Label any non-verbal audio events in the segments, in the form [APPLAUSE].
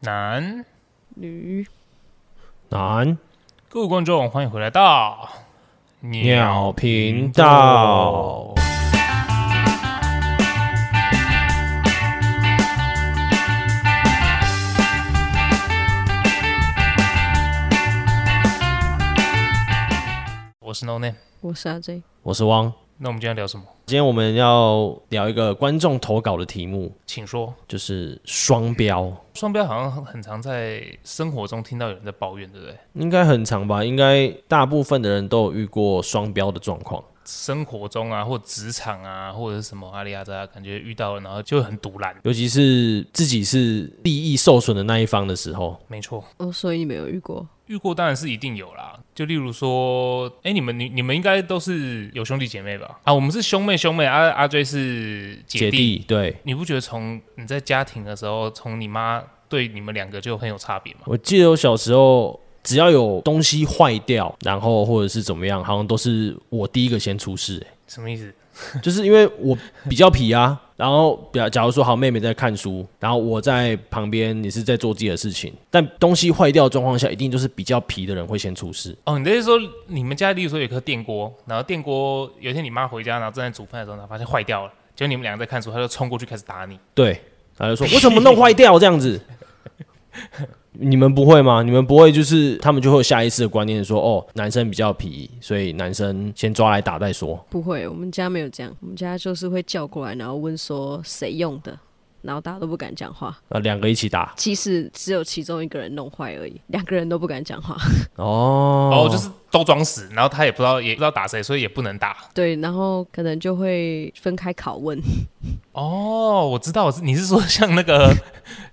男，驴男各位观众，欢迎回来到鸟频道。我是 No Name。我是阿 J，我是汪。那我们今天聊什么？今天我们要聊一个观众投稿的题目，请说。就是双标，双标好像很很常在生活中听到有人在抱怨，对不对？应该很长吧？应该大部分的人都有遇过双标的状况。生活中啊，或职场啊，或者是什么阿里阿扎，感觉遇到了，然后就会很堵然。尤其是自己是利益受损的那一方的时候，没错，哦，所以你没有遇过？遇过当然是一定有啦。就例如说，哎、你们你你们应该都是有兄弟姐妹吧？啊，我们是兄妹兄妹，阿阿 J 是姐姐弟对你不觉得从你在家庭的时候，从你妈对你们两个就很有差别吗？我记得我小时候，只要有东西坏掉，然后或者是怎么样，好像都是我第一个先出事、什么意思？欸就是因为我比较皮啊。然后，比假如说好妹妹在看书，然后我在旁边也是在做自己的事情，但东西坏掉的状况下，一定就是比较皮的人会先出事。哦，你的意思说你们家，例如说有一颗电锅，然后电锅有一天你妈回家，然后正在煮饭的时候，然后发现坏掉了，结果你们两个在看书，她就冲过去开始打你。对，他就说我怎么弄坏掉这样子？ [LAUGHS] 你们不会吗？你们不会就是他们就会有下意识的观念说，哦，男生比较皮，所以男生先抓来打再说。不会，我们家没有这样，我们家就是会叫过来，然后问说谁用的，然后大家都不敢讲话。呃，两个一起打。其实只有其中一个人弄坏而已，两个人都不敢讲话。哦哦，就是都装死，然后她也不知道也不知道打谁，所以也不能打。对，然后可能就会分开拷问。哦，我知道，我是你是说像那 [LAUGHS] 个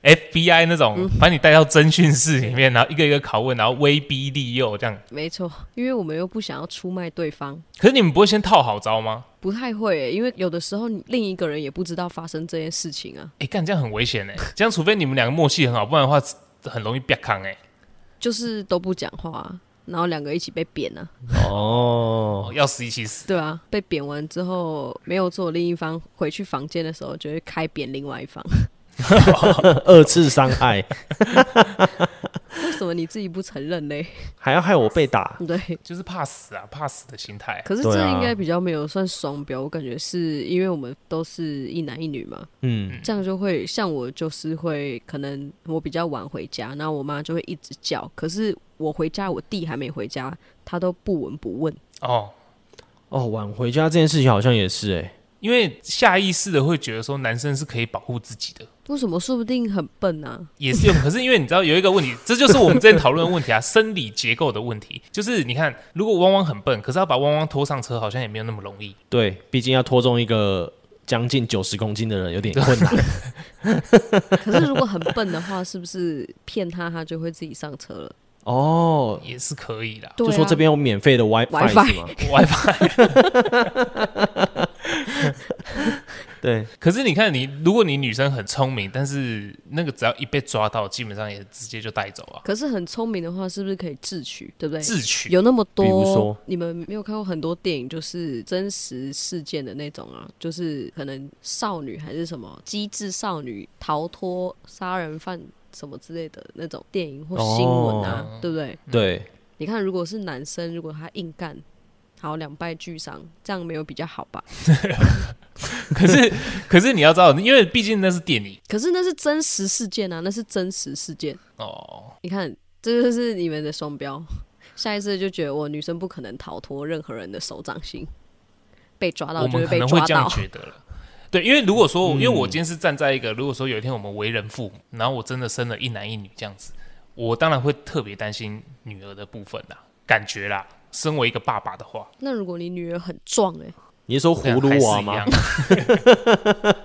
FBI 那种，把你带到侦讯室里面，然后一个一个拷问，然后威逼利诱这样。没错，因为我们又不想要出卖对方。可是你们不会先套好招吗？不太会耶，因为有的时候你另一个人也不知道发生这件事情啊，哎、干这样很危险哎， [LAUGHS] 这样除非你们两个默契很好，不然的话很容易被扛哎。就是都不讲话、啊，然后两个一起被扁啊。哦， [LAUGHS] 哦，要死一起死。对啊，被扁完之后没有做，另一方回去房间的时候就会开扁另外一方。 [LAUGHS] 二次伤害，为什么你自己不承认嘞？ [LAUGHS] 还要害我被打。对，就是怕死啊，怕死的心态。可是对这啊应该比较没有算双标，我感觉是因为我们都是一男一女嘛，嗯，这样就会像我就是会可能我比较晚回家，然后我妈就会一直叫，可是我回家我弟还没回家，他都不闻不问。哦，哦，晚回家这件事情好像也是哎、因为下意识的会觉得说男生是可以保护自己的，为什么？说不定很笨啊，也是有。可是因为你知道有一个问题， [LAUGHS] 这就是我们之前讨论的问 [LAUGHS] 题啊，生理结构的问题。就是你看，如果汪汪很笨，可是要把汪汪拖上车，好像也没有那么容易。对，毕竟要拖中一个将近九十公斤的人有点困难。可是如果很笨的话，是不是骗他他就会自己上车了？哦，也是可以啦。对 [LAUGHS] 就啊，说这边有免费的 WiFi WiFi [LAUGHS] 是吗？ WiFi，对，可是你看你，如果你女生很聪明，但是那个只要一被抓到，基本上也直接就带走啊，可是很聪明的话，是不是可以智取？对不对？自取。有那么比如说多，你们没有看过很多电影，就是真实事件的那种啊，就是可能少女还是什么机智少女逃脱杀人犯什么之类的那种电影或新闻啊，哦对不对？对，你看，如果是男生，如果他硬干，好两败俱伤，这样没有比较好吧？ [LAUGHS] 可是可是你要知道，因为毕竟那是电影可是那是真实事件啊，那是真实事件。哦。你看，这就是你们的双标。下一次就觉得我女生不可能逃脱任何人的手掌心，被抓到我就们会可被能会抓这样到。嗯觉得了。对，因为如果说，因为我今天是站在一个，如果说有一天我们为人父母，然后我真的生了一男一女这样子，我当然会特别担心女儿的部分啦，感觉啦。身为一个爸爸的话，那如果你女儿很壮哎、你是说葫芦娃啊还吗是一？样？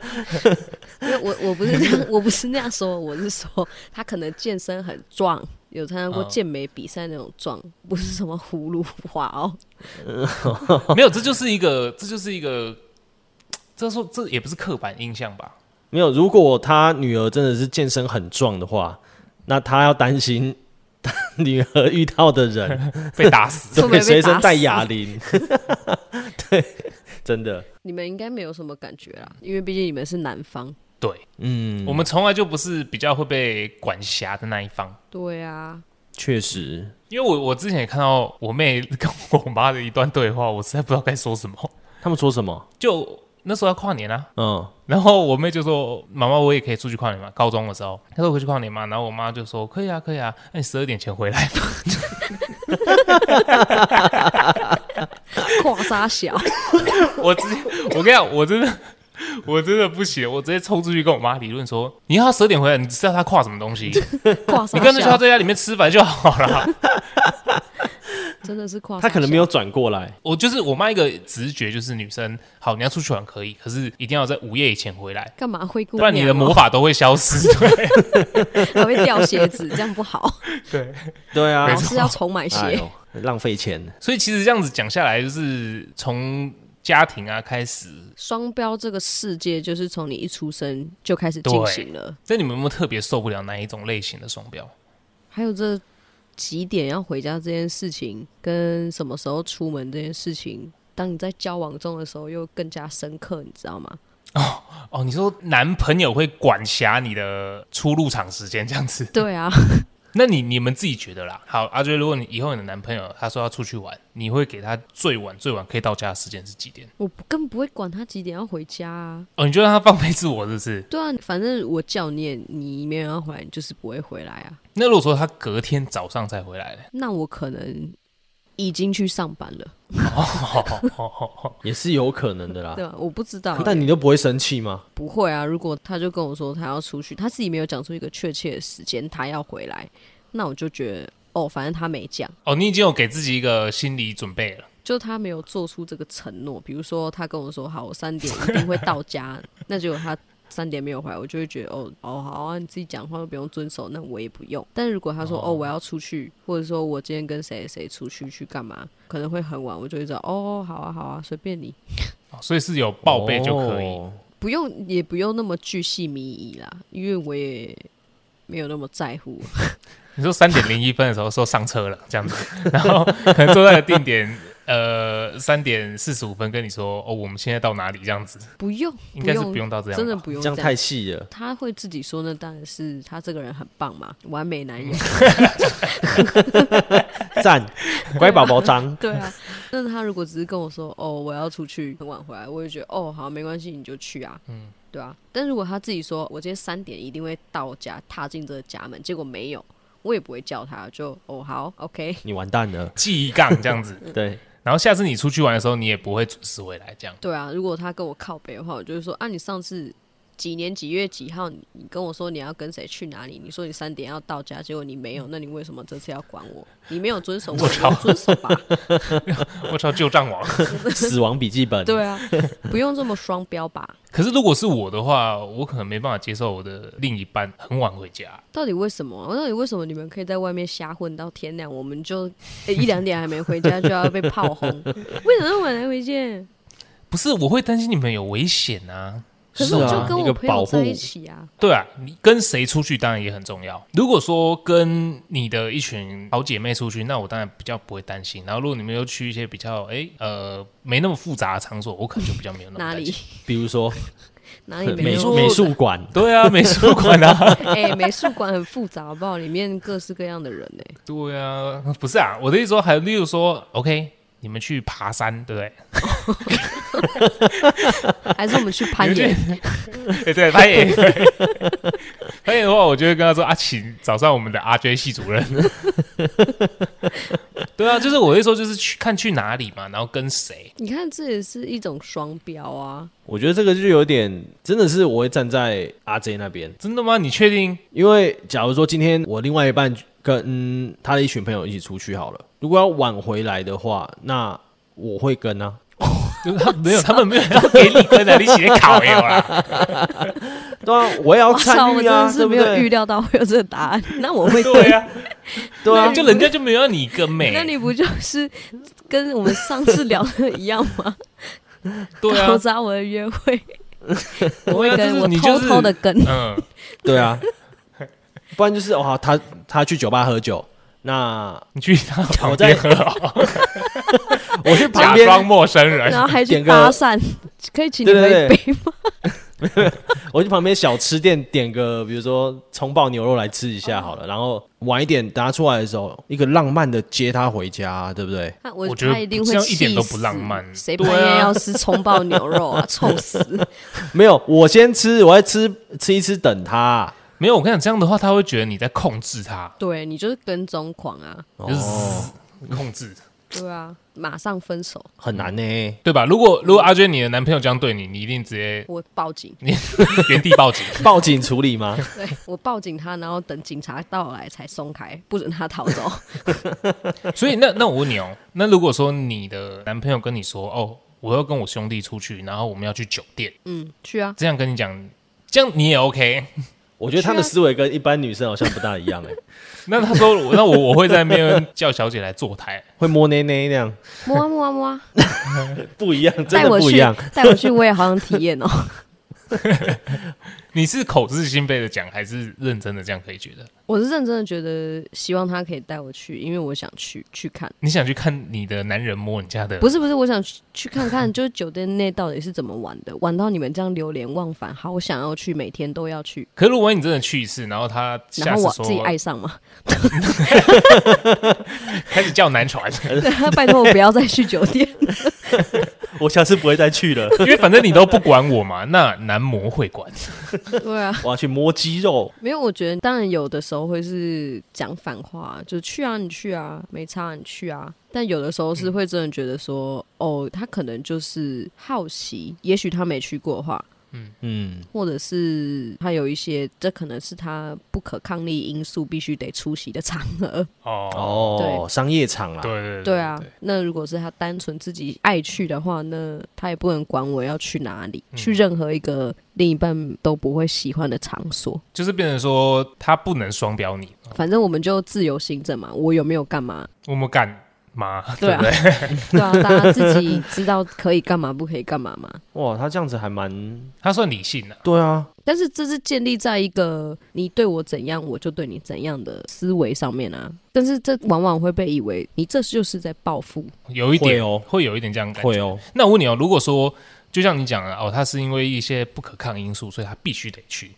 因为我我不是这 [LAUGHS] 样，我不是那样说，我是说她可能健身很壮，有参加过嗯健美比赛那种壮，不是什么葫芦娃哦。没有，这就是一个，这就是一个，这说这也不是刻板印象吧？没有，如果他女儿真的是健身很壮的话，那他要担心 [LAUGHS] 他女儿遇到 [LAUGHS] 的人，被打死， [LAUGHS] 会不会对，被随身打带死哑铃， [LAUGHS] 对，真的。你们应该没有什么感觉啦，因为毕竟你们是男方。对，嗯，我们从来就不是比较会被管辖的那一方。对啊，确实，因为我我之前也看到我妹 [LAUGHS] 跟我妈的一段对话，我实在不知道该说什么。他们说什么？就那时候要跨年啊，嗯，然后我妹就说：“妈妈，我也可以出去跨年嘛。”高中的时候，她说回去跨年嘛，然后我妈就说：“可以啊，可以啊，那你十二点前回来吧。 [LAUGHS] 跨沙小，”我直接，我跟你讲，我真的，我真的不行，我直接冲出去跟我妈理论说：“你要她十二点回来，你知道她跨什么东西？跨沙你干脆叫她小，在家里面吃饭就好了。真的是跨。他可能没有，转过来”，我就是我妈一个直觉，就是女生好，你要出去玩可以，可是一定要在午夜以前回来，干嘛灰姑不娘哦？然你的魔法都会消失。 [LAUGHS] 还会掉鞋子，这样不好。对，对啊老师要重买哎鞋，呦，浪费钱，所以其实这样子讲下来，就是从家庭啊开始双标这个世界就是从你一出生就开始进行了。那你们有没有特别受不了哪一种类型的双标？还有这几点要回家这件事情，跟什么时候出门这件事情，当你在交往中的时候又更加深刻，你知道吗？ [LAUGHS] 哦，你说男朋友会管辖你的出入场时间这样子？对啊， [LAUGHS] 那那你你们自己觉得啦？好，阿追，如果你以后你的男朋友他说要出去玩，你会给他最晚最晚可以到家的时间是几点？我不根本不会管他几点要回家啊。哦，你就让他放飞自我，是不是？ [LAUGHS] 对啊，反正我叫你也，你没有要回来，你就是不会回来啊。那如果说他隔天早上才回 [LAUGHS] 来呢？那我可能已经去上班了，也是有可能的啦对。吧、我不知道、啊但你都不会生气吗？不会啊，如果他就跟我说他要出去，他自己没有讲出一个确切的时间，他要回来，那我就觉得哦，反正他没讲，哦，你已经有给自己一个心理准备了。就他没有做出这个承诺。比如说他跟我说好，我三点一定会到家，那结果他三点没有回来，我就会觉得哦哦好啊，你自己讲话都不用遵守，那我也不用。但如果他说哦我要出去，或者说我今天跟谁谁出去去干嘛，可能会很晚，我就会知道哦好啊好啊，随便你，哦所以是有报备就可以。哦不用也不用那么巨细靡遗啦，因为我也没有那么在乎。你说三点零一分的时候说上车了这样子， [LAUGHS] 然后可能坐在定点 [LAUGHS] 呃三点四十五分跟你说哦我们现在到哪里这样子，不用，应该是不不用到这样吧，真的不用这样太细了。他会自己说，那当然是他这个人很棒嘛，完美男人。嗯 [LAUGHS] 赞，乖宝宝张，对啊， [LAUGHS] 但是他如果只是跟我说，哦，我要出去很晚回来，我就觉得，哦，好，没关系，你就去啊，嗯，对啊。但如果他自己说，我今天三点一定会到家，踏进这个家门，结果没有，我也不会叫他，就哦好，OK，你完蛋了。记一杠这样子。嗯对，然后下次你出去玩的时候，你也不会准时回来这样。 [LAUGHS] 对啊。如果他跟我靠北的话，我就会说，啊，你上次。几年几月几号？你你跟我说你要跟谁去哪里？你说你三点要到家，结果你没有，那你为什么这次要管我？你没有遵守，我也没有遵守吧？我操，旧账网。死亡笔记本。对啊， [LAUGHS] 不用这么双标吧？ [LAUGHS] 可是如果是我的话，我可能没办法接受我的另一半很晚回家。到底为什么？到底为什么你们可以在外面瞎混到天亮，我们就、诶一两点还没回家就要被炮轰？ [LAUGHS] 为什么那么晚才回家？不是，我会担心你们有危险啊。可是啊我就跟一我个朋保友护在一起啊，对啊，你跟谁出去当然也很重要。如果说跟你的一群好姐妹出去，那我当然比较不会担心。然后如果你们又去一些比较哎呃没那么复杂的场所，我可能就比较没有那么哪担里心。比如说哪里哎没美有美术馆， [LAUGHS] 对啊，美术馆啊， [LAUGHS] 哎、美术馆很复杂，好不好？里面各式各样的人呢、对啊，不是啊，我的意思说，还有例如说，OK，你们去爬山，对不对？ [LAUGHS] 还是我们去攀岩？对 [LAUGHS] 对，攀岩，攀岩的话，我就会跟他说啊，请找上我们的 RJ 系主 [LAUGHS] 任。对啊，就是我会说，就是去看去哪里嘛，然后跟谁。你看，这也是一种双标啊！我觉得这个就有点，真的是我会站在阿 J 那边，真的吗？你确定？因为假如说今天我另外一半跟、嗯他的一群朋友一起出去好了，如果要晚回来的话，那我会跟啊，就是他没有，他们没有要给你跟的，你写考有 [LAUGHS] 啦。对啊，我也要我操，参我与真啊，的对是不没有预对？料到会有这个答案。 [LAUGHS] 那我会对啊，对啊，就人家就没有要你跟美那，你不就是跟我们上次聊的一样 [LAUGHS] 吗？对啊搞，砸我的约会，我会跟我偷偷的，跟。嗯，对啊， [LAUGHS] 不然就是哦，好他他去酒吧喝酒，那你去他旁我在边喝哦，我去旁假哎边装陌生人然。后还去点个 [LAUGHS] 搭讪，可以请你对对喝一杯吗？ [LAUGHS] 我去旁边小吃店点个，比如说葱爆牛肉来吃一下好了，然后晚一点拿出来的时候，一个浪漫的接她回家，啊对不对？他我我觉得他一定这会样一点气都不死浪漫谁对半夜啊要吃葱爆牛肉 [LAUGHS] 啊？臭死！没有，我先吃，我要吃吃一吃，等她。没有，我跟你讲，这样的话他会觉得你在控制他，对你就是跟踪狂啊，就是死哦控制，对啊，马上分手，很难呢、对吧？如果如果阿娟你的男朋友这样对你，你一定直 [LAUGHS] 接我报警，原地报 [LAUGHS] 警。报警处理吗？对 [LAUGHS] 我报警他，然后等警察到来才松开，不准他逃 [LAUGHS] 走。所以那那我问你哦，那如果说你的男朋友跟你说哦，我要跟我兄弟出去，然后我们要去酒店，嗯，去啊，这样跟你讲，这样你也 OK？ [LAUGHS] 我觉得他的思维跟一般女生好像不大一样哎、那他说我那我我会在那边叫小姐来坐台，会摸内内那样，摸啊摸啊摸啊，不一样， [LAUGHS] 带真的我不一去样。， [LAUGHS] 带我去，我也好想体验哦。你是口是心非的讲，还是认真的这样可以觉得？我是认真的觉得，希望他可以带我去，因为我想去去看。嗯你想去看你的男人摸你家的？不是不是，我想去去看看，就是酒店内到底是怎么玩的，玩到你们这样流连忘返，好想要去，每天都要去，可是如果你真的去一次，然后他然下后次我自己说爱上 [LAUGHS] 嘛，开始叫男传， [LAUGHS] 拜托我不要再去酒店，我下次不会再去了。因为反正你都不管我嘛，那男模会管。 [LAUGHS] 对啊，我要去摸肌肉，没有，我觉得当然有的时候会是讲反话，就去啊，你去啊，没差、你去啊。但有的时候是会真的觉得说，哦，他可能就是好奇，也许他没去过的话，嗯，或者是他有一些，这可能是他不可抗力因素必须得出席的场合。哦，哦，对商业场啦对， [LAUGHS] 对对对啊，那如果是他单纯自己爱去的话，那他也不能管我要去哪里，嗯去任何一个另一半都不会喜欢的场所。就是变成说他不能双标你，反正我们就自由行政嘛，我有没有干嘛？我们干嘛？对啊不对？ [LAUGHS] 对啊，大家自己知道可以干嘛，不可以干嘛嘛。哇，他这样子还蛮，他算理性的、对啊，但是这是建立在一个你对我怎样，我就对你怎样的思维上面啊。但是这往往会被以为你这就是在报复，有一会点哦会有一点这样的感觉。会哦，那我问你哦，如果说就像你讲的哦，他是因为一些不可抗因素，所以他必须得去。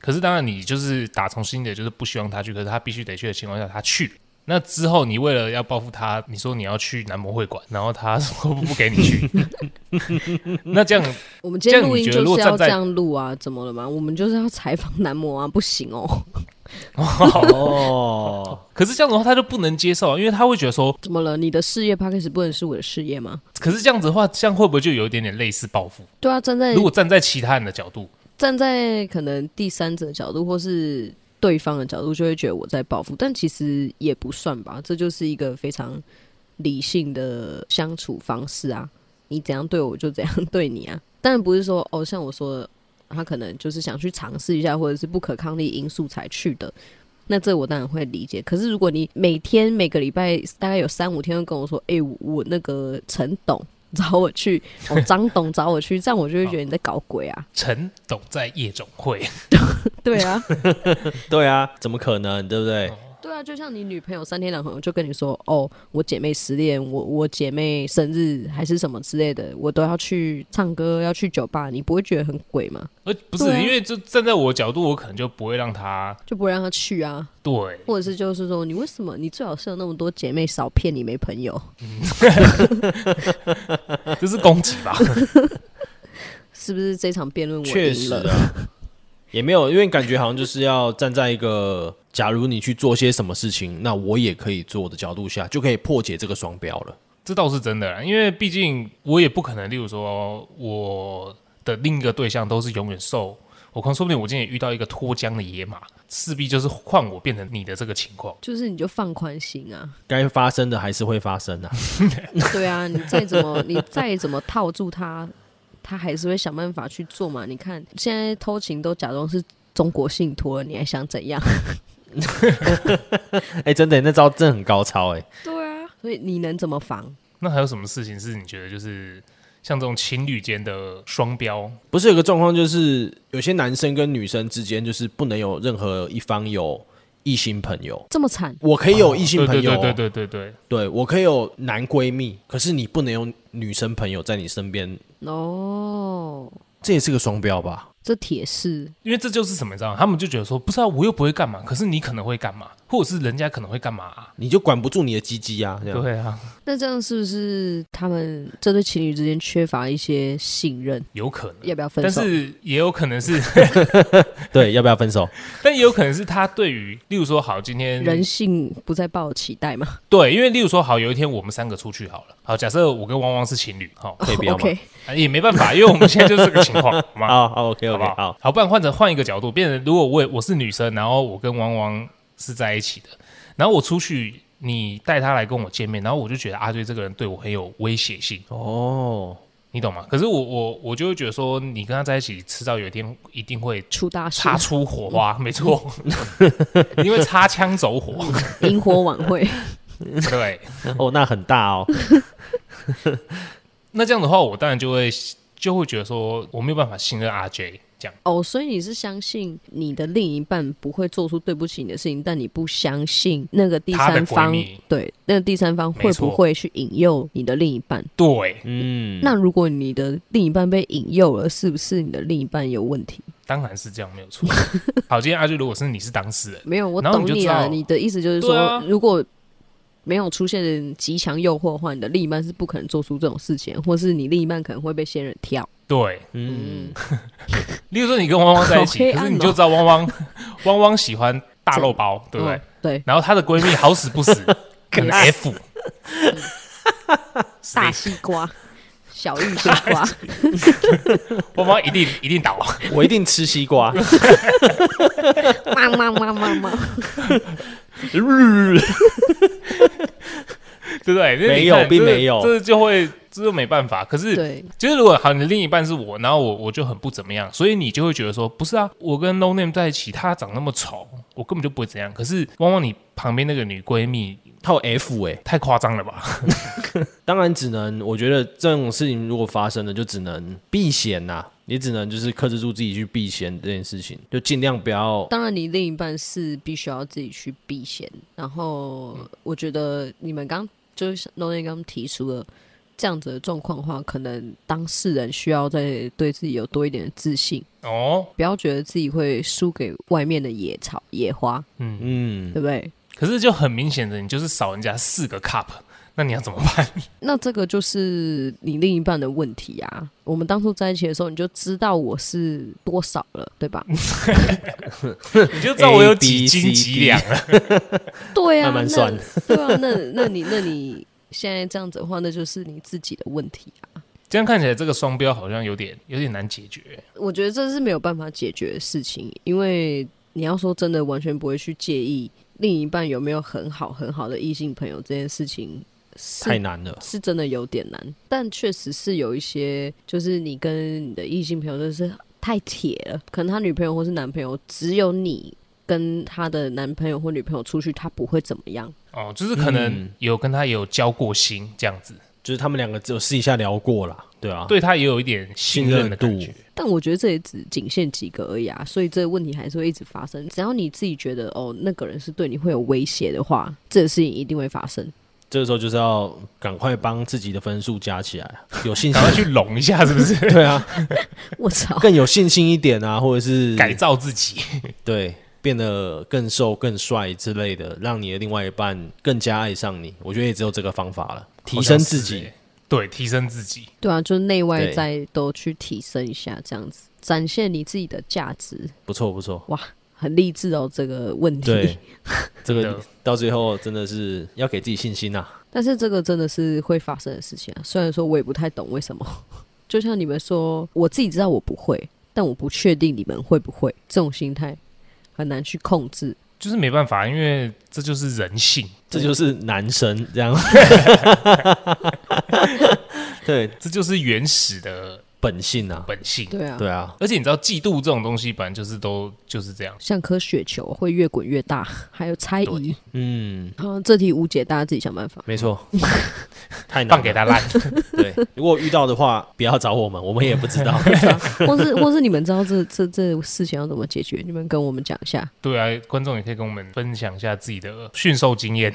可是当然，你就是打从心底的就是不希望他去，可是他必须得去的情况下，他去了。那之后，你为了要报复他，你说你要去男模会馆，然后他说不给你去，那这样我们今天这样你录音觉得如就果是要站在这样录啊，怎么了嘛？我们就是要采访男模啊，不行哦，哦，可是这样的话，他就不能接受啊，因为他会觉得说，怎么了？你的事业 p a c k a g e 不能是我的事业吗？可是这样子的话，这样会不会就有一点点类似报复？对啊，站嗯在如果站在其他人的角度，站在可能第三者角度或是对方的角度，就会觉得嗯我在报复，但其实也不算吧，这就是一个非常理性的相处方式啊。你怎样对我，我就怎样对你啊。当然不是说哦，像我说的，他可能就是想去尝试一下，或者是不可抗力因素才去的。那这我当然会理解。可是如果你每天每个礼拜大概有三五天会跟我说，哎、我我那个陈董找我去，哦张董找我去，这样我就会觉得你在搞鬼啊。陈董在夜总会， [LAUGHS] 对啊，对啊，怎么可能，对不对？对啊，就像你女朋友三天两头就跟你说，哦，我姐妹失恋，我我姐妹生日还是什么之类的，我都要去唱歌，要去酒吧，你不会觉得很鬼吗？呃，不是，对啊因为就站在我的角度，我可能就不会让他就不会让她去啊，对。或者是就是说，你为什么你最好是有那么多姐妹，少骗你没朋友，这是攻击 [LAUGHS] 吧？是不是这场辩论我确赢实了？啊，也没有，因为感觉好像就是要站在一个，假如你去做些什么事情，那我也可以做的角度下，就可以破解这个双标了。这倒是真的啦，因为毕竟我也不可能，例如说我的另一个对象都是永远瘦，我可能说不定我今天也遇到一个脱缰的野马，势必就是换我变成你的这个情况。就是你就放宽心啊，该发生的还是会发生啊，对啊，你再怎 [LAUGHS] 么你再怎么套住他，他还是会想办法去做嘛。你看现在偷情都假装是中国信托了，你还想怎样？哎、真的，那招真的很高超哎、对啊，所以你能怎么防？那还有什么事情是你觉得就是像这种情侣间的双标？不是有个状况，就是有些男生跟女生之间，就是不能有任何一方有异性朋友。这么惨，我可以有异性对朋对友哦、对对对对对，对我可以有男闺蜜，可是你不能有女生朋友在你身边，哦，这也是个双标吧？这铁是因为这就是什么，你知道吗？他们就觉得说，不知道我又不会干嘛，可是你可能会干嘛，或者是人家可能会干嘛、啊。你就管不住你的鸡鸡呀，这样。对啊，那这样是不是他们这对情侣之间缺乏一些信任？有可能，要不要分但手？是也有可能是， [LAUGHS] 对，要不要分手？但也有可能是他对于，例如说，好，今天人性不再抱有期待嘛？对，因为例如说，好，有一天我们三个出去好了，好，假设我跟汪汪是情侣，好、可 [LAUGHS] 以不要吗 OK，啊也没办法，因为我们现在就是这个情况， [LAUGHS] 好 [LAUGHS] 吗？好好，OK 好不 OK，好？好，不然换成换一个角度，变成如果我也我是女生，然后我跟汪汪是在一起的，然后我出去，你带他来跟我见面，然后我就觉得阿追这个人对我很有威胁性，哦，你懂吗？可是我我我就会觉得说，你跟他在一起，迟早有一天一定会出大事擦，出火花，嗯没错，因为擦枪走 [LAUGHS] 火， [LAUGHS] 萤火晚会。 [LAUGHS] 对。哦，那很大 [LAUGHS] 哦，那这样的话，我当然就会就会觉得说，我没有办法信任阿 J 这样。哦，所以你是相信你的另一半不会做出对不起你的事情，但你不相信那个第她的三闺方蜜，对，那个第三方没会错不会去引诱你的另一半？对，嗯，那如果你的另一半被引诱了，是不是你的另一半有问题？当然是这样，没有 [LAUGHS] 错。好，今天阿 J 如果是你是当事人。没有，我然后懂你就知啊。道你的意思就是说，对啊如果没有出现极强诱惑的话，你的另一半是不可能做出这种事情，或是你另一半可能会被仙人跳。对，嗯，例如说你跟汪汪在一起，好黑可暗哦是你就知道汪汪汪汪喜欢大肉包，对不对？嗯对，然后她的闺蜜好死不 [LAUGHS] 死，可能 F 大西瓜，小玉西 [LAUGHS] 瓜，汪汪一定一定倒，我一定吃西瓜，妈妈妈妈妈， [LAUGHS] 对不对？那没你有看并这没有这就会这就没办法。可是对。就是如果好，你的另一半是我，然后我我就很不怎么样，所以你就会觉得说，不是啊，我跟 No Name 在一起，她长那么丑，我根本就不会怎样。可是汪汪你旁边那个女闺蜜套 F 哎、太夸张了 [LAUGHS] 吧？当然只能，我觉得这种事情如果发生了，就只能避嫌呐、你只能就是克制住自己去避嫌这件事情，就尽量不要。当然，你另一半是必须要自己去避嫌。然后，我觉得你们刚就是 n o n 刚提出了这样子的状况的话，可能当事人需要再对自己有多一点的自信，哦，不要觉得自己会输给外面的野草、野花，嗯，嗯，对不对？可是就很明显的，你就是少人家四个 cup，那 [LAUGHS] 你要怎么办？ [LAUGHS] 那这个就是你另一半的问题啊。我们当初在一起的时候，你就知道我是多少了，对 [LAUGHS] 吧？你就知道我 A, 有 B, 几斤 C, 几两了。对啊，慢慢算那。对啊， [LAUGHS] 那那你那你现在这样子的话，那就是你自己的问题啊。这样看起来，这个双标好像有点有点难解决。我觉得这是没有办法解决的事情，因为你要说真的，完全不会去介意另一半有没有很好很好的异性朋友这件事情是，太难了。是真的有点难。但确实是有一些，就是你跟你的异性朋友就是太铁了，可能他女朋友或是男朋友只有你。跟他的男朋友或女朋友出去，他不会怎么样。哦，就是可能嗯有跟他也有交过心这样子，就是他们两个只有私底下聊过啦，对啊，对他也有一点信任的感信觉任。但我觉得这也只仅限几个而已啊，所以这个问题还是会一直发生。只要你自己觉得哦，那个人是对你会有威胁的话，这个事情一定会发生。 [LAUGHS] 这个时候就是要赶快帮自己的分数加起来，有信赶心快，去拢一下，是不是？ [LAUGHS] [LAUGHS] 对啊，我操！更有信心一点啊，或者是改造自己。对，变得更瘦、更帅之类的，让你的另外一半更加爱上你。我觉得也只有这个方法了，提升自好像是己欸。对，提升自己。对啊，就内外对在都去提升一下，这样子展现你自己的价值，不错 [LAUGHS] 不错，很励志哦。这个问对题，，这真个的到最后真的是要给自己信心呐、啊。但是这个真的是会发生的事情啊。虽然说我也不太懂为什么， [LAUGHS] 就像你们说，我自己知道我不会，但我不确定你们会不会，这种心态很难去控制。就是没办法，因为这就是人性，这就是男神 [LAUGHS] 这样，对这就是原始的本性啊，本性。对啊，对啊，而且你知道，嫉妒这种东西本来就是都就是这样。像颗雪球会越滚越大，还有猜疑。嗯，好，这题无解，大家自己想办 [LAUGHS] 法。没错， [LAUGHS] 太难了放给他 [LAUGHS] 烂，对，如果遇到的话，不要找我们，我们也不知 [LAUGHS] 道。或是或是你们知道这这这事情要怎么解决，你们跟我们讲一下。对啊，观众也可以跟我们分享一下自己的驯兽经验。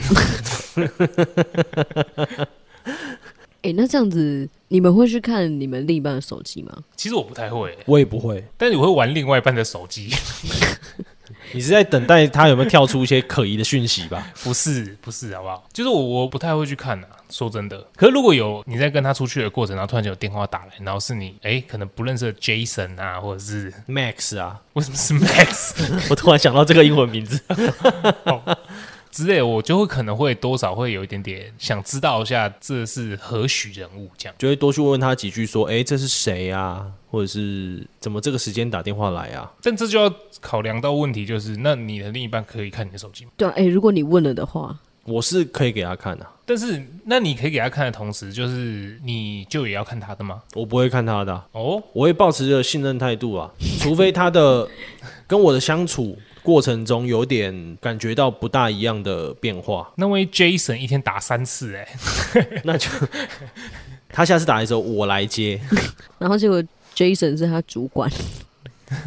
哎、哎、那这样子，你们会去看你们另一半的手机吗？其实我不太会、我也不会。但是我会玩另外一半的手机，你是在等待他有没有跳出一些可疑的讯息吧？不是不是，好不好？就是我我不太会去看啊，说真的。可是如果有你在跟他出去的过程，然后突然间有电话打来，然后是你哎、可能不认识的 Jason 啊，或者是 Max 啊， [LAUGHS] 为什么是 Max 我突然想到这个英文名字，之类的，我就会可能会多少会有一点点想知道一下这是何许人物这样。就会多去问问他几句，说，哎、这是谁啊？或者是怎么这个时间打电话来啊？但这就要考量到问题，就是那你的另一半可以看你的手机吗？对啊，哎、如果你问了的话，我是可以给他看啊，但是那你可以给他看的同时，就是你就也要看他的吗？我不会看他的啊、哦，我会保持着信任态度啊，除非他的跟我的相处过程中有点感觉到不大一样的变化，那位 Jason 一天打三次、欸，哎，那就 [LAUGHS] 他下次打来的时候我来接，然后结果 Jason 是他主管，然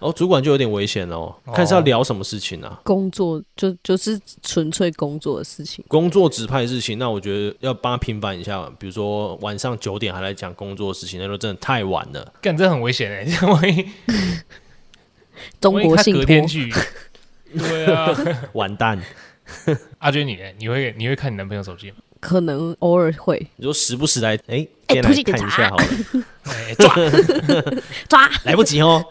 哦后主管就有点危险哦，看是要聊什么事情啊。工作就就是纯粹工作的事情。工作指派的事情，那我觉得要帮他平反一下。比如说晚上九点还来讲工作的事情，那就真的太晚了。 [LAUGHS] 干这很危险 [LAUGHS] 哎、欸，万一中国信万一他隔托，天去， [LAUGHS] 对啊，完蛋！ [LAUGHS] 阿娟你呢？你会你会看你男朋友手机吗？可能偶尔会你说时不时来，哎、哎先来突击看检一查下好了，哎、抓， [LAUGHS] 抓来不及哦。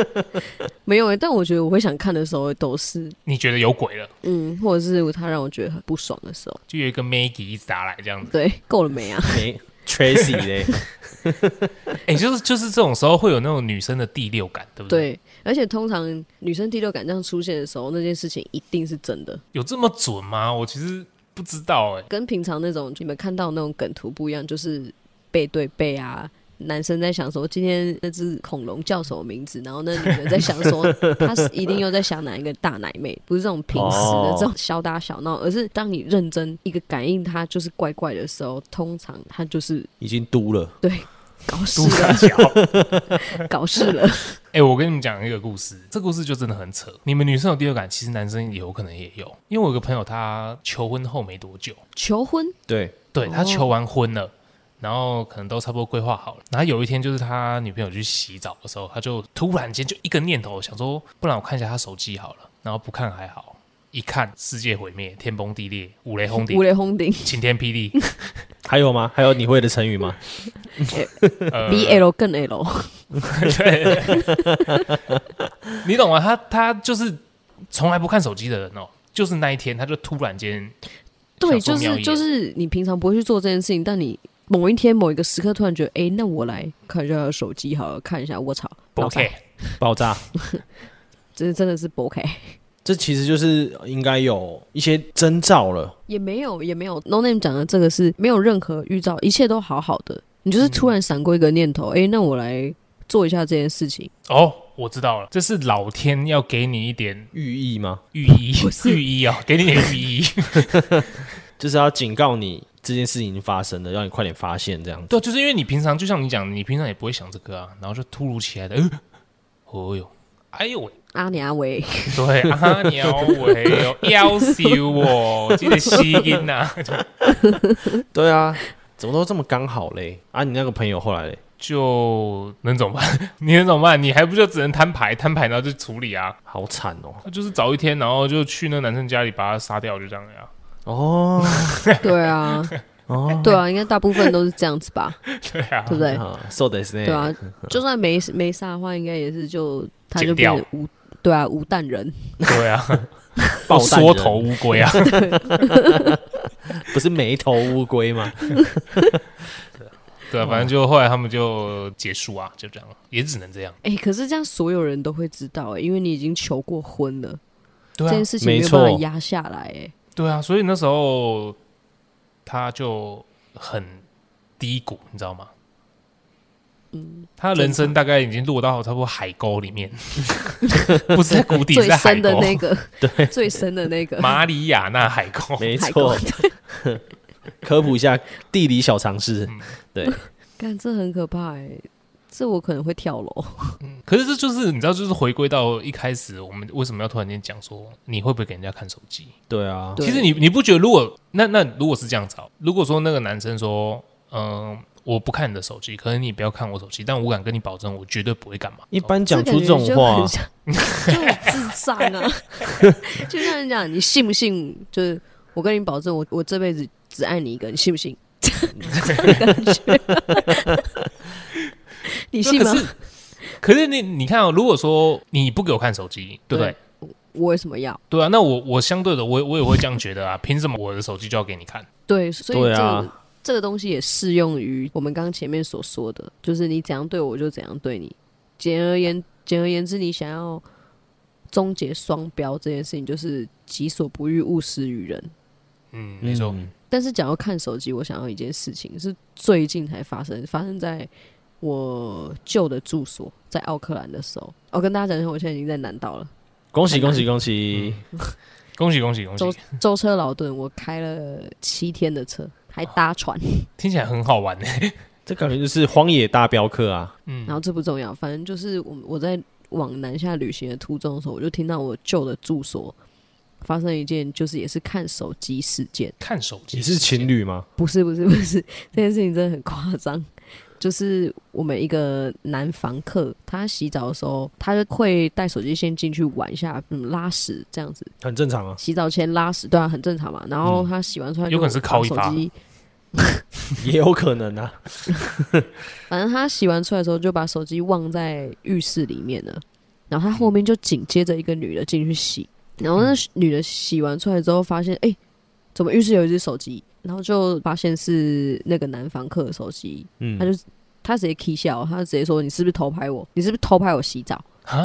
[LAUGHS] 没有哎、但我觉得我会想看的时候都是你觉得有鬼了，嗯，或者是他让我觉得很不爽的时候，就有一个 Maggie 一直打来这样子。对，够了没啊？没 Tracy 嘞，哎、就是就是这种时候会有那种女生的第六感，对不对？对，而且通常女生第六感这样出现的时候，那件事情一定是真的，有这么准吗？我其实不知道哎、跟平常那种你们看到那种梗图不一样，就是背对背啊。男生在想说今天那只恐龙叫什么名字，然后那女的在想说她是一定又在想哪一个大奶妹，不是这种平时的哦这种小打小闹，而是当你认真一个感应她就是怪怪的时候，通常她就是已经嘟了。搞事嘟了，三角。 [LAUGHS] 搞事了。哎、我跟你们讲一个故事，这故事就真的很扯。你们女生有第六感，其实男生有可能也有。因为我有个朋友，他求婚后没多久，求婚对，对他哦求完婚了，然后可能都差不多规划好了。然后有一天，就是他女朋友去洗澡的时候，他就突然间就一个念头，想说，不然我看一下他手机好了。然后不看还好，一看世界毁灭，天崩地裂，五雷轰顶 [LAUGHS] 五，雷轰顶晴天霹雳。 [LAUGHS] 还有吗？还有你会的成语吗？呃比 L 更 L，对，你懂吗？他他就是从来不看手机的人哦，就是那一天，他就突然间对，想就说瞄一是眼就是你平常不会去做这件事情，但你某一天某一个时刻突然觉得，哎、那我来看一下他的手机好了，看一下，我操，不脑残 OK，爆炸。这真的是不 OK，这其实就是应该有一些征兆了。也没有也没有，No Name 讲的这个是没有任何预兆，一切都好好的，你就是突嗯然闪过一个念头，哎、那我来做一下这件事情，哦，我知道了，这是老天要给你一点寓意吗？寓意， [LAUGHS] 寓意哦，给你点寓意。就是要警告你这件事情已经发生了，让你快点发现这样子。对，啊就是因为你平常就像你讲，你平常也不会想这个啊，然后就突如其来的，呃，哦哟，哎呦喂，阿尼阿维， [LAUGHS] 对啊，鸟喂哦，要死我，这个吸音呐，对啊，怎么都这么刚好嘞？啊，你那个朋友后来嘞？就能怎么办？ [LAUGHS] 你能怎么办？你还不就只能摊牌，摊牌然后就处理啊。好惨哦！他就是早一天，然后就去那男生家里把他杀掉，就这样呀、 [LAUGHS] 哦对啊，哦，对啊，应该大部分都是这样子 [LAUGHS] 吧，对啊，对不对？啊，そうですね。对啊，就算没没杀的话，应该也是就他就剪掉变成无对啊无蛋人，对啊， [LAUGHS] 爆弹人缩头乌龟 [LAUGHS] 啊，不是眉头乌龟 [LAUGHS] 吗？对啊，反正就后来他们就结束啊，就这样，也只能这样。哎、可是这样所有人都会知道哎、因为你已经求过婚了，对这啊件，事情没没有办错法压下来哎、对啊，所以那时候他就很低谷，你知道吗？嗯，他人生大概已经落到差不多海沟里面， [LAUGHS] 不是在谷底，最是在海深的沟，[LAUGHS] 那个，对，最深的那个马里亚纳海沟。没海沟错，，科普一下地理小常识。看这很可怕哎、这我可能会跳楼。哦可是这就是你知道，就是回归到一开始我们为什么要突然间讲说你会不会给人家看手机？对啊，对其实你你不觉得，如果那那如果是这样子哦，如果说那个男生说，嗯、我不看你的手机，可能你不要看我手机，但我敢跟你保证，我绝对不会干嘛。一般讲这出感觉种就话很，像就很智障啊！ [LAUGHS] 就像人讲，你信不信？就是我跟你保证，我我这辈子只爱你一个，你信 [LAUGHS] 不信？可这种感觉，你信吗？是可是你你看哦，如果说你不给我看手机，对不对？我为什么要？对啊，那我我相对的，我也我也会这样觉得啊。 [LAUGHS] 凭什么我的手机就要给你看？对，所以对这啊个这个东西也适用于我们刚刚前面所说的，就是你怎样对我，我就怎样对你。简而言简而言之，你想要终结双标这件事情，就是己所不欲，勿施于人。嗯，你说，嗯但是讲到看手机，我想到一件事情是最近才发生，发生在我旧的住所，在奥克兰的时候。我、哦跟大家讲一下，我现在已经在南岛了，恭喜恭喜恭喜！恭喜恭喜恭舟喜，舟车劳顿，我开了七天的车，还搭船。听起来很好玩呢、这感觉就是荒野大镖客啊，嗯，然后这不重要，反正就是我我在往南下旅行的途中的时候，我就听到我旧的住所发生一件，就是也是看手机事件。看手机你是情侣吗？不是不是不是，这件事情真的很夸张。就是我们一个男房客，他洗澡的时候，他就会带手机先进去玩一下，嗯，拉屎这样子。很正常啊。洗澡前拉屎，对啊，很正常嘛。然后他洗完出来，嗯有可能是靠一手发机， [LAUGHS] 也有可能啊。反正他洗完出来的时候就把手机忘在浴室里面了。然后他后面就紧接着一个女的进去洗，然后那女的洗完出来之后发现，哎、怎么浴室有一只手机？然后就发现是那个男房客的手机，嗯，他就他直接 K 笑，他直接说：“你是不是偷拍我？你是不是偷拍我洗澡啊，？”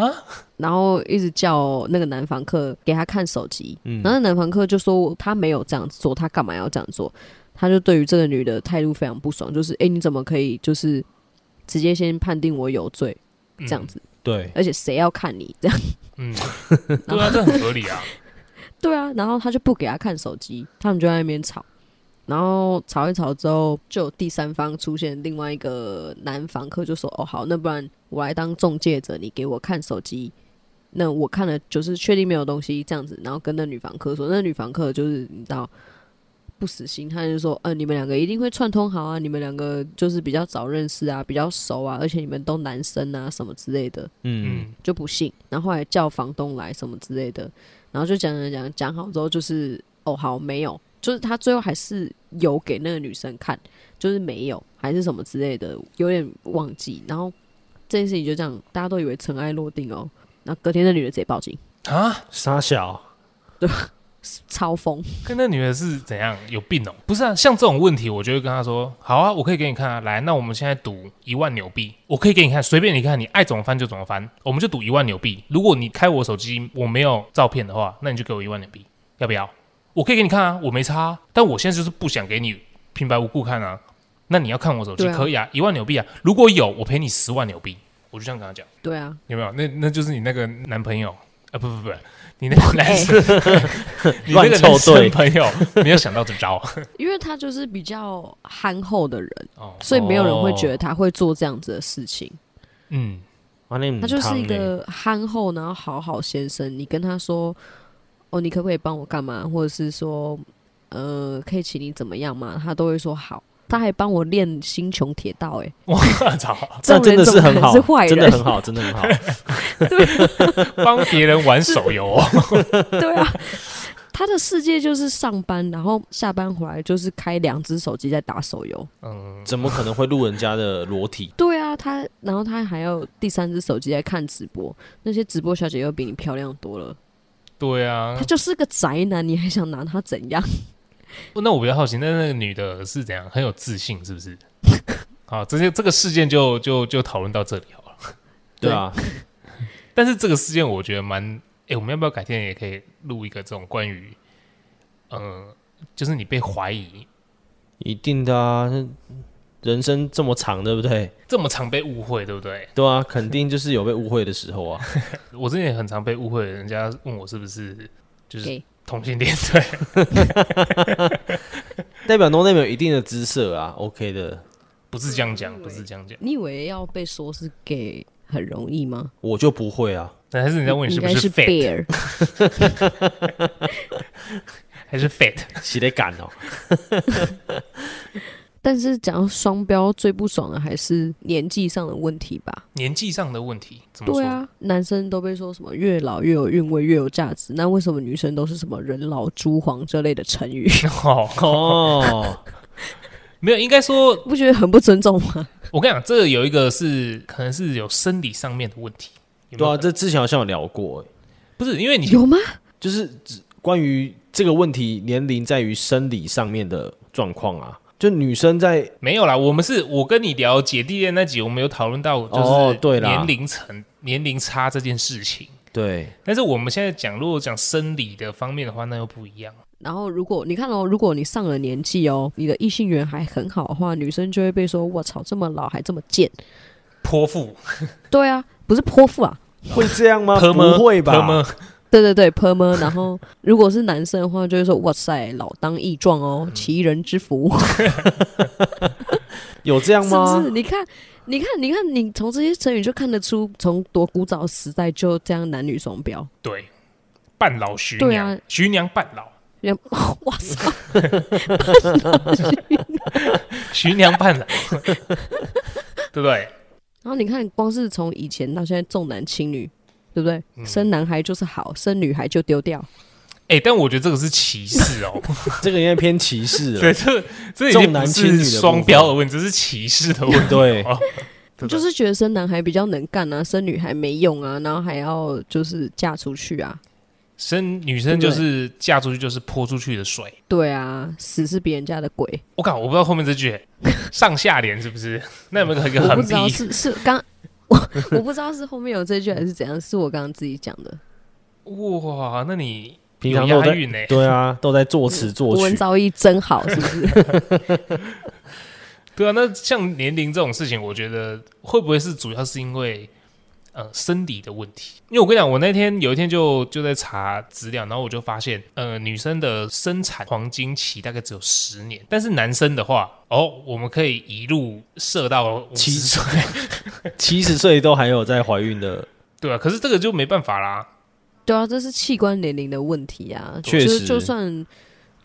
然后一直叫那个男房客给他看手机，嗯然后那男房客就说他没有这样子做，他干嘛要这样做？他就对于这个女的态度非常不爽，就是诶，你怎么可以就是直接先判定我有罪嗯这样，子？对，而且谁要看你这样？嗯，对啊，这很合理 [LAUGHS] 啊。对啊，然后他就不给他看手机，他们就在那边吵，然后吵一吵之后，就有第三方出现另外一个男房客就说：“哦，好，那不然我来当中介者，你给我看手机。”那我看了就是确定没有东西这样子，然后跟那女房客说，那女房客就是你知道不死心，他就说，呃，你们两个一定会串通好啊，你们两个就是比较早认识啊，比较熟啊，而且你们都男生啊什么之类的，嗯，嗯，就不信，然后后来叫房东来什么之类的，然后就讲讲讲讲好之后，就是哦好没有，就是他最后还是有给那个女生看，就是没有还是什么之类的，有点忘记。然后这件事情就这样，大家都以为尘埃落定哦。然后隔天那女的直接报警，啊，傻小，超疯，跟那女的是怎样有病哦？不是啊，像这种问题，我就会跟她说，好啊，我可以给你看啊，来，那我们现在赌一万纽币，我可以给你看，随便你看，你爱怎么翻就怎么翻，我们就赌一万纽币。如果你开我手机，我没有照片的话，那你就给我一万纽币，要不要？我可以给你看啊，我没差、啊，但我现在就是不想给你平白无故看啊。那你要看我手机、对啊可以啊，一万纽币啊，如果有我赔你十万纽币，我就这样跟他讲，对啊，有没有？那那就是你那个男朋友啊，不不不，你那个男生， [LAUGHS] 你那乱个凑男对生朋友没有想到这招因为他就是比较憨厚的人，哦，所以没有人会觉得他会做这样子的事情。嗯， [LAUGHS] 他他就是欸一个憨厚，然后好好先生。你跟他说，哦，你可不可以帮我干嘛？或者是说，呃，可以请你怎么样嘛？他都会说好。他还帮我练《星穹铁道、欸，我操，这这种样真人的怎是么很可能好是坏，人真的很好，真的很好。 [LAUGHS] 帮别人玩手游哦，对啊， [LAUGHS] 他的世界就是上班，然后下班回来就是开两只手机在打手游。嗯，怎么可能会录人家的裸体？对啊，他然后他还有第三只手机在看直播，那些直播小姐又比你漂亮多了。对啊他。就是个宅男，你还想拿他怎样？那我比较好奇，那那个女的是怎样？很有自信是不是？好，这些这个事件就就就讨论到这里好了。对啊，但是这个事件我觉得蛮，哎，我们要不要改天也可以录一个这种关于，呃，就是你被怀疑一定的啊。那人生这么长，对不对？这么常被误会，对不对？对啊，肯定就是有被误会的时候啊。 [LAUGHS] 我之前也很常被误会，人家问我是不是就是给同性恋， [LAUGHS] 对，代表 No Name 有一定的姿色啊，OK 的。不是这样讲，不是这样讲。你以为要被说是 gay 很容易吗？我就不会啊。但还是人家问你是应不该是 fat bear，还是 fat？洗得赶 [LAUGHS] 哦，但是讲到双标，最不爽的还是年纪上的问题吧。年纪上的问题怎么说？对啊，男生都被说什么越老越有韵味，越有价值。那为什么女生都是什么人老珠黄这类的 [LAUGHS] 成语？哦，哦，没有，应该说不觉得很不尊重吗？我跟你讲，这个有一个是可能是有生理上面的问题，有没 [LAUGHS] 对有啊，可能这之前好像有聊过、欸，不是因为 [LAUGHS] 你有吗？就是指关于这个问题，年龄在于生理上面的状况啊。就女生在没有啦，我们是我跟你聊姐弟恋那集，我们有讨论到哦就对是啦年龄层、年龄差这件事情。对但是我们现在讲，如果讲生理的方面的话，那又不一样。然后如果你看哦，如果你上了年纪哦，你的异性缘还很好的话，女生就会被说我操，这么老还这么贱。泼妇，对啊，不是泼妇啊，会这 [LAUGHS] 样吗？泼么不会吧？泼么对对对，泼么？然后如果是男生的话，就会说哇塞，老当益壮嗯哦，其人之福，有这样是吗？不是？你看，你看，你看，你从这些成语就看得出，从多古早时代就这样男女双标。对，半老徐对娘，啊徐娘半老，人 [LAUGHS] 哇塞，徐娘半老，对不对？然后你看，光是从以前到现在重男轻女，对不对？生男孩就是好，生女孩就丢掉。哎、但我觉得这个是歧视哦，这个应该偏歧 [LAUGHS] 视了对，。这这已经重不男轻女的部是分双标的问题，这是歧视的问题。对哦对不对就是觉得生男孩比较能干啊，生女孩没用啊，然后还要就是嫁出去啊，生女生就是嫁出去就是泼出去的水。对啊，死是别人家的鬼。我靠，我不知道后面这句上下联是不是？那有没有一个我不横知道批？是是刚 [LAUGHS] 我我不知道是后面有这句还是怎样，是我刚刚自己讲的。哇，那你平常有都押在韵呢对啊，都在作词作国文曲。造诣真好，是不是？对啊，那像年龄这种事情，我觉得会不会是主要是因为呃生理的问题？因为我跟你讲，我那天有一天就就在查资料，然后我就发现，呃，女生的生产黄金期大概只有十年，但是男生的话，哦，我们可以一路射到七七十岁，七十岁都还有在怀孕的， [LAUGHS] 对啊，可是这个就没办法啦，对啊，这是器官年龄的问题啊。确就是实就算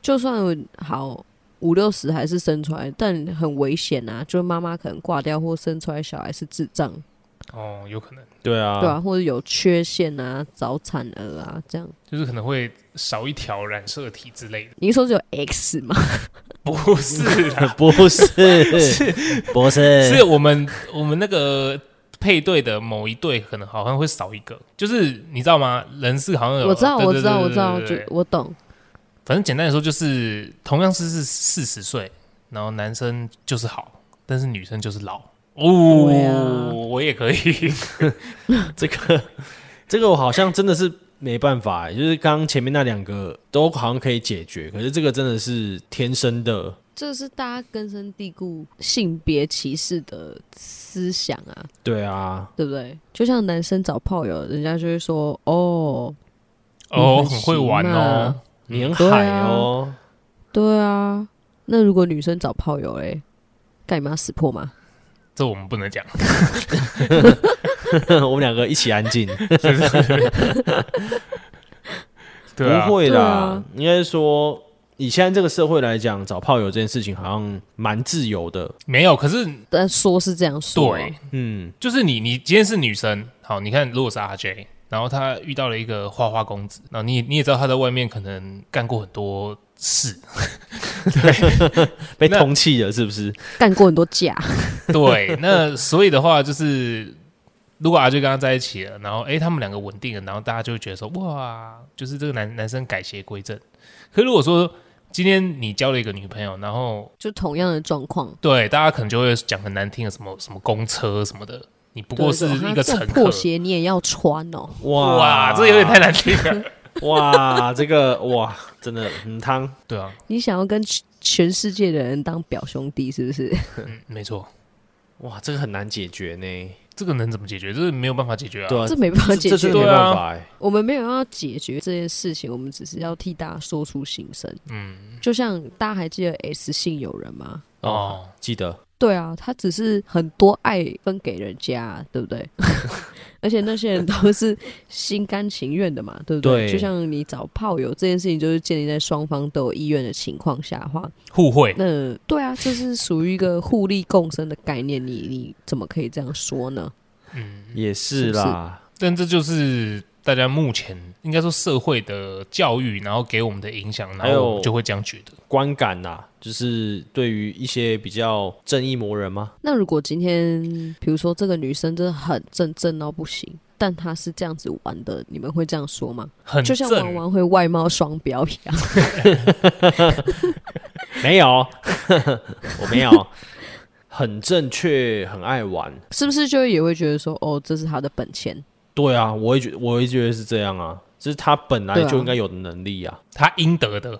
就算好五六十还是生出来，但很危险啊。就是妈妈可能挂掉，或生出来小孩是智障，哦，有可能对啊，对啊，或者有缺陷啊、早产儿啊这样。就是可能会少一条染色体之类的，你是说只有 X 吗？不是啦，不 [LAUGHS] 是，不是，是我们我们那个配对的某一对，可能好像会少一个，就是你知道吗？人是好像有，我知道，哎对我知道，我知道，对就对对对我懂。反正简单来说，就是同样是是四十岁，然后男生就是好，但是女生就是老。啊对哦，啊我也可以，这个，这个我好像真的是没办法欸、就是刚刚前面那两个都好像可以解决，可是这个真的是天生的，这是大家根深蒂固性别歧视的思想啊，对啊，对不对？就像男生找炮友，人家就会说：“哦，哦，嗯很会玩哦。你很海哦、对啊。”那如果女生找炮友，哎，干你妈死破吗？这我们不能讲， [LAUGHS] 我们两个一起安 [LAUGHS] 静，对啊不，会对啦，啊应该是说。以现在这个社会来讲，找炮友这件事情好像蛮自由的，没有。可是但说是这样说，对，，嗯，就是你，你今天是女生，好，你看如果是 RJ，然后她遇到了一个花花公子，然后你也你也知道她在外面可能干过很多事，被那通气了是不是？干过很多架， [LAUGHS] 对，那所以的话就是，如果啊 RJ 跟她在一起了，然后诶，他们两个稳定了，然后大家就会觉得说哇，就是这个男男生改邪归正。可如果说今天你交了一个女朋友，然后就同样的状况。对大家可能就会讲很难听的什么什么公车什么的，你不不过是一个乘 [LAUGHS] 客啊破。鞋你也要穿哦，哇哇，这有点太难听了。哇，这个哇，真的很汤，对啊，你想要跟全全世界的人当表兄弟，是不是？嗯，没错。哇，这个很难解决呢。这个能怎么解决？这个没有办法解决啊。对 [LAUGHS] 啊，这没办法这解这决真的没对啊办法哎。我们没有要解决这件事情，我嗯们只是要替大家说出心声。嗯，就像大家还记得 S 姓有人吗？哦，记得对啊，他只是很多爱分给人家，啊对不对？ [LAUGHS] 而且那些人都是心甘情愿的嘛，对不对就像你找炮友这件事情，就是建立在双方都有意愿的情况下的话，互惠，那对啊，这是属于一个互利共生的概念。你你怎么可以这样说呢？嗯也是啦。但这就是大家目前应该说社会的教育，然后给我们的影响，还然有后我们就会这样觉得。观感呐、就是对于一些比较正义魔人吗？ [LAUGHS] 那如果今天，比如说这个女生真的很正正到不行，但她是这样子玩的，你们会这样说吗？很就像玩正，玩会外貌双标一样， [LAUGHS] 没有， [LAUGHS] 我没有，很正确，很爱玩。是不是就也会觉得说，哦，这是她的本钱？对啊，我也觉，我也觉得是这样啊，就是他本来对啊就应该有的能力啊。他应得的，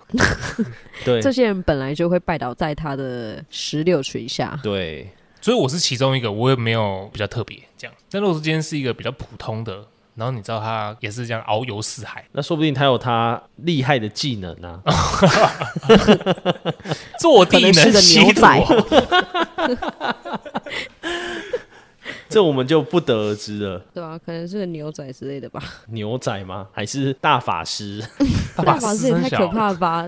对这些人本来就会拜倒在他的石榴裙下。对，所以我是其中一个，我也没有比较特别这样。但如果是今天是一个比较普通的，然后你知道他也是这样遨游四海，那说不定他有他厉害的技能 [LAUGHS] 啊。坐地可能是个吸牛土啊、这我们就不得而知了。对啊，可能是个牛仔之类的吧。牛仔吗？还是大法师？把 [LAUGHS] 大法师也太可小，怕了吧？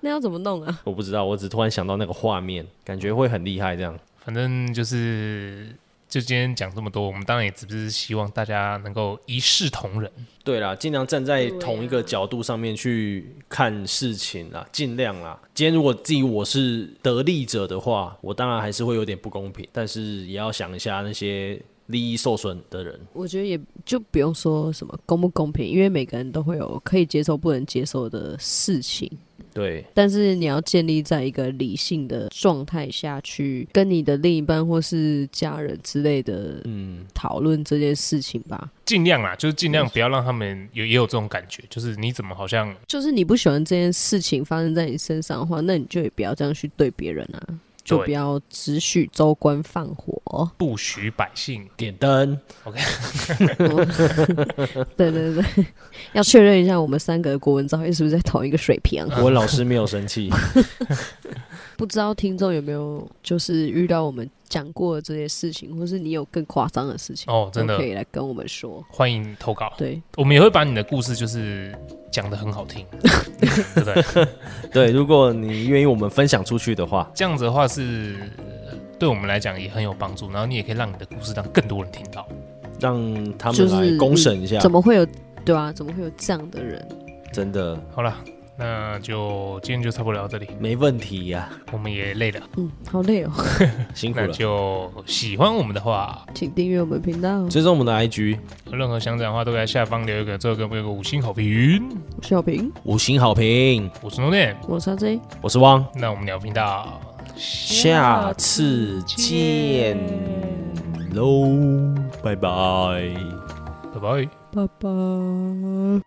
那要怎么弄啊？我不知道，我只突然想到那个画面，感觉会很厉害这样。反正就是。就今天讲这么多，我们当然也只是希望大家能够一视同仁。对啦，尽量站在对啊同一个角度上面去看事情啦，尽量啦。今天如果自己我是得利者的话，我当然还是会有点不公平，但是也要想一下那些利益受损的人。我觉得也就不用说什么公不公平，因为每个人都会有可以接受、不能接受的事情。对，但是你要建立在一个理性的状态下去跟你的另一半或是家人之类的嗯，讨论这件事情吧。尽量啦，就是尽嗯量不要让他们有也有这种感觉，就是你怎么好像就是你不喜欢这件事情发生在你身上的话，那你就也不要这样去对别人啊，就对不要只许州官放 [LAUGHS] 火。 [LAUGHS] 不许百姓点灯，对对对， [LAUGHS] 要确认一下我们三个的国文造诣是不是在同一个水平。啊 [LAUGHS] 我老师没有 [LAUGHS] 生气。不知道听众有没有就是遇到我们讲过的这些事情，或是你有更夸张的事情，哦，真都可的哦以来跟我们说。欢迎投稿，对，我们也会把你的故事就是讲的很好 [LAUGHS] 听，对不对？对，如果你愿意我们分享出去的话，这样子的话是呃对我们来讲也很有帮助，然后你也可以让你的故事让更多人听到，让他就们是来公审一下，怎么会有对啊？怎么会有这样的人？真的好了。那就今天就差不多聊到这里，没问题呀、我们也累了，嗯，好累哦， [LAUGHS] 辛苦那了。就喜欢我们的话，请订阅我们频道。哦追踪我们的 IG 有任何想讲的话都在下方留一个，最后给我们一个五星好评。我是小平，五星好评，我是 n o n 我是阿 J，我是汪，那我们聊频道。下次见喽，拜拜。拜拜。拜拜。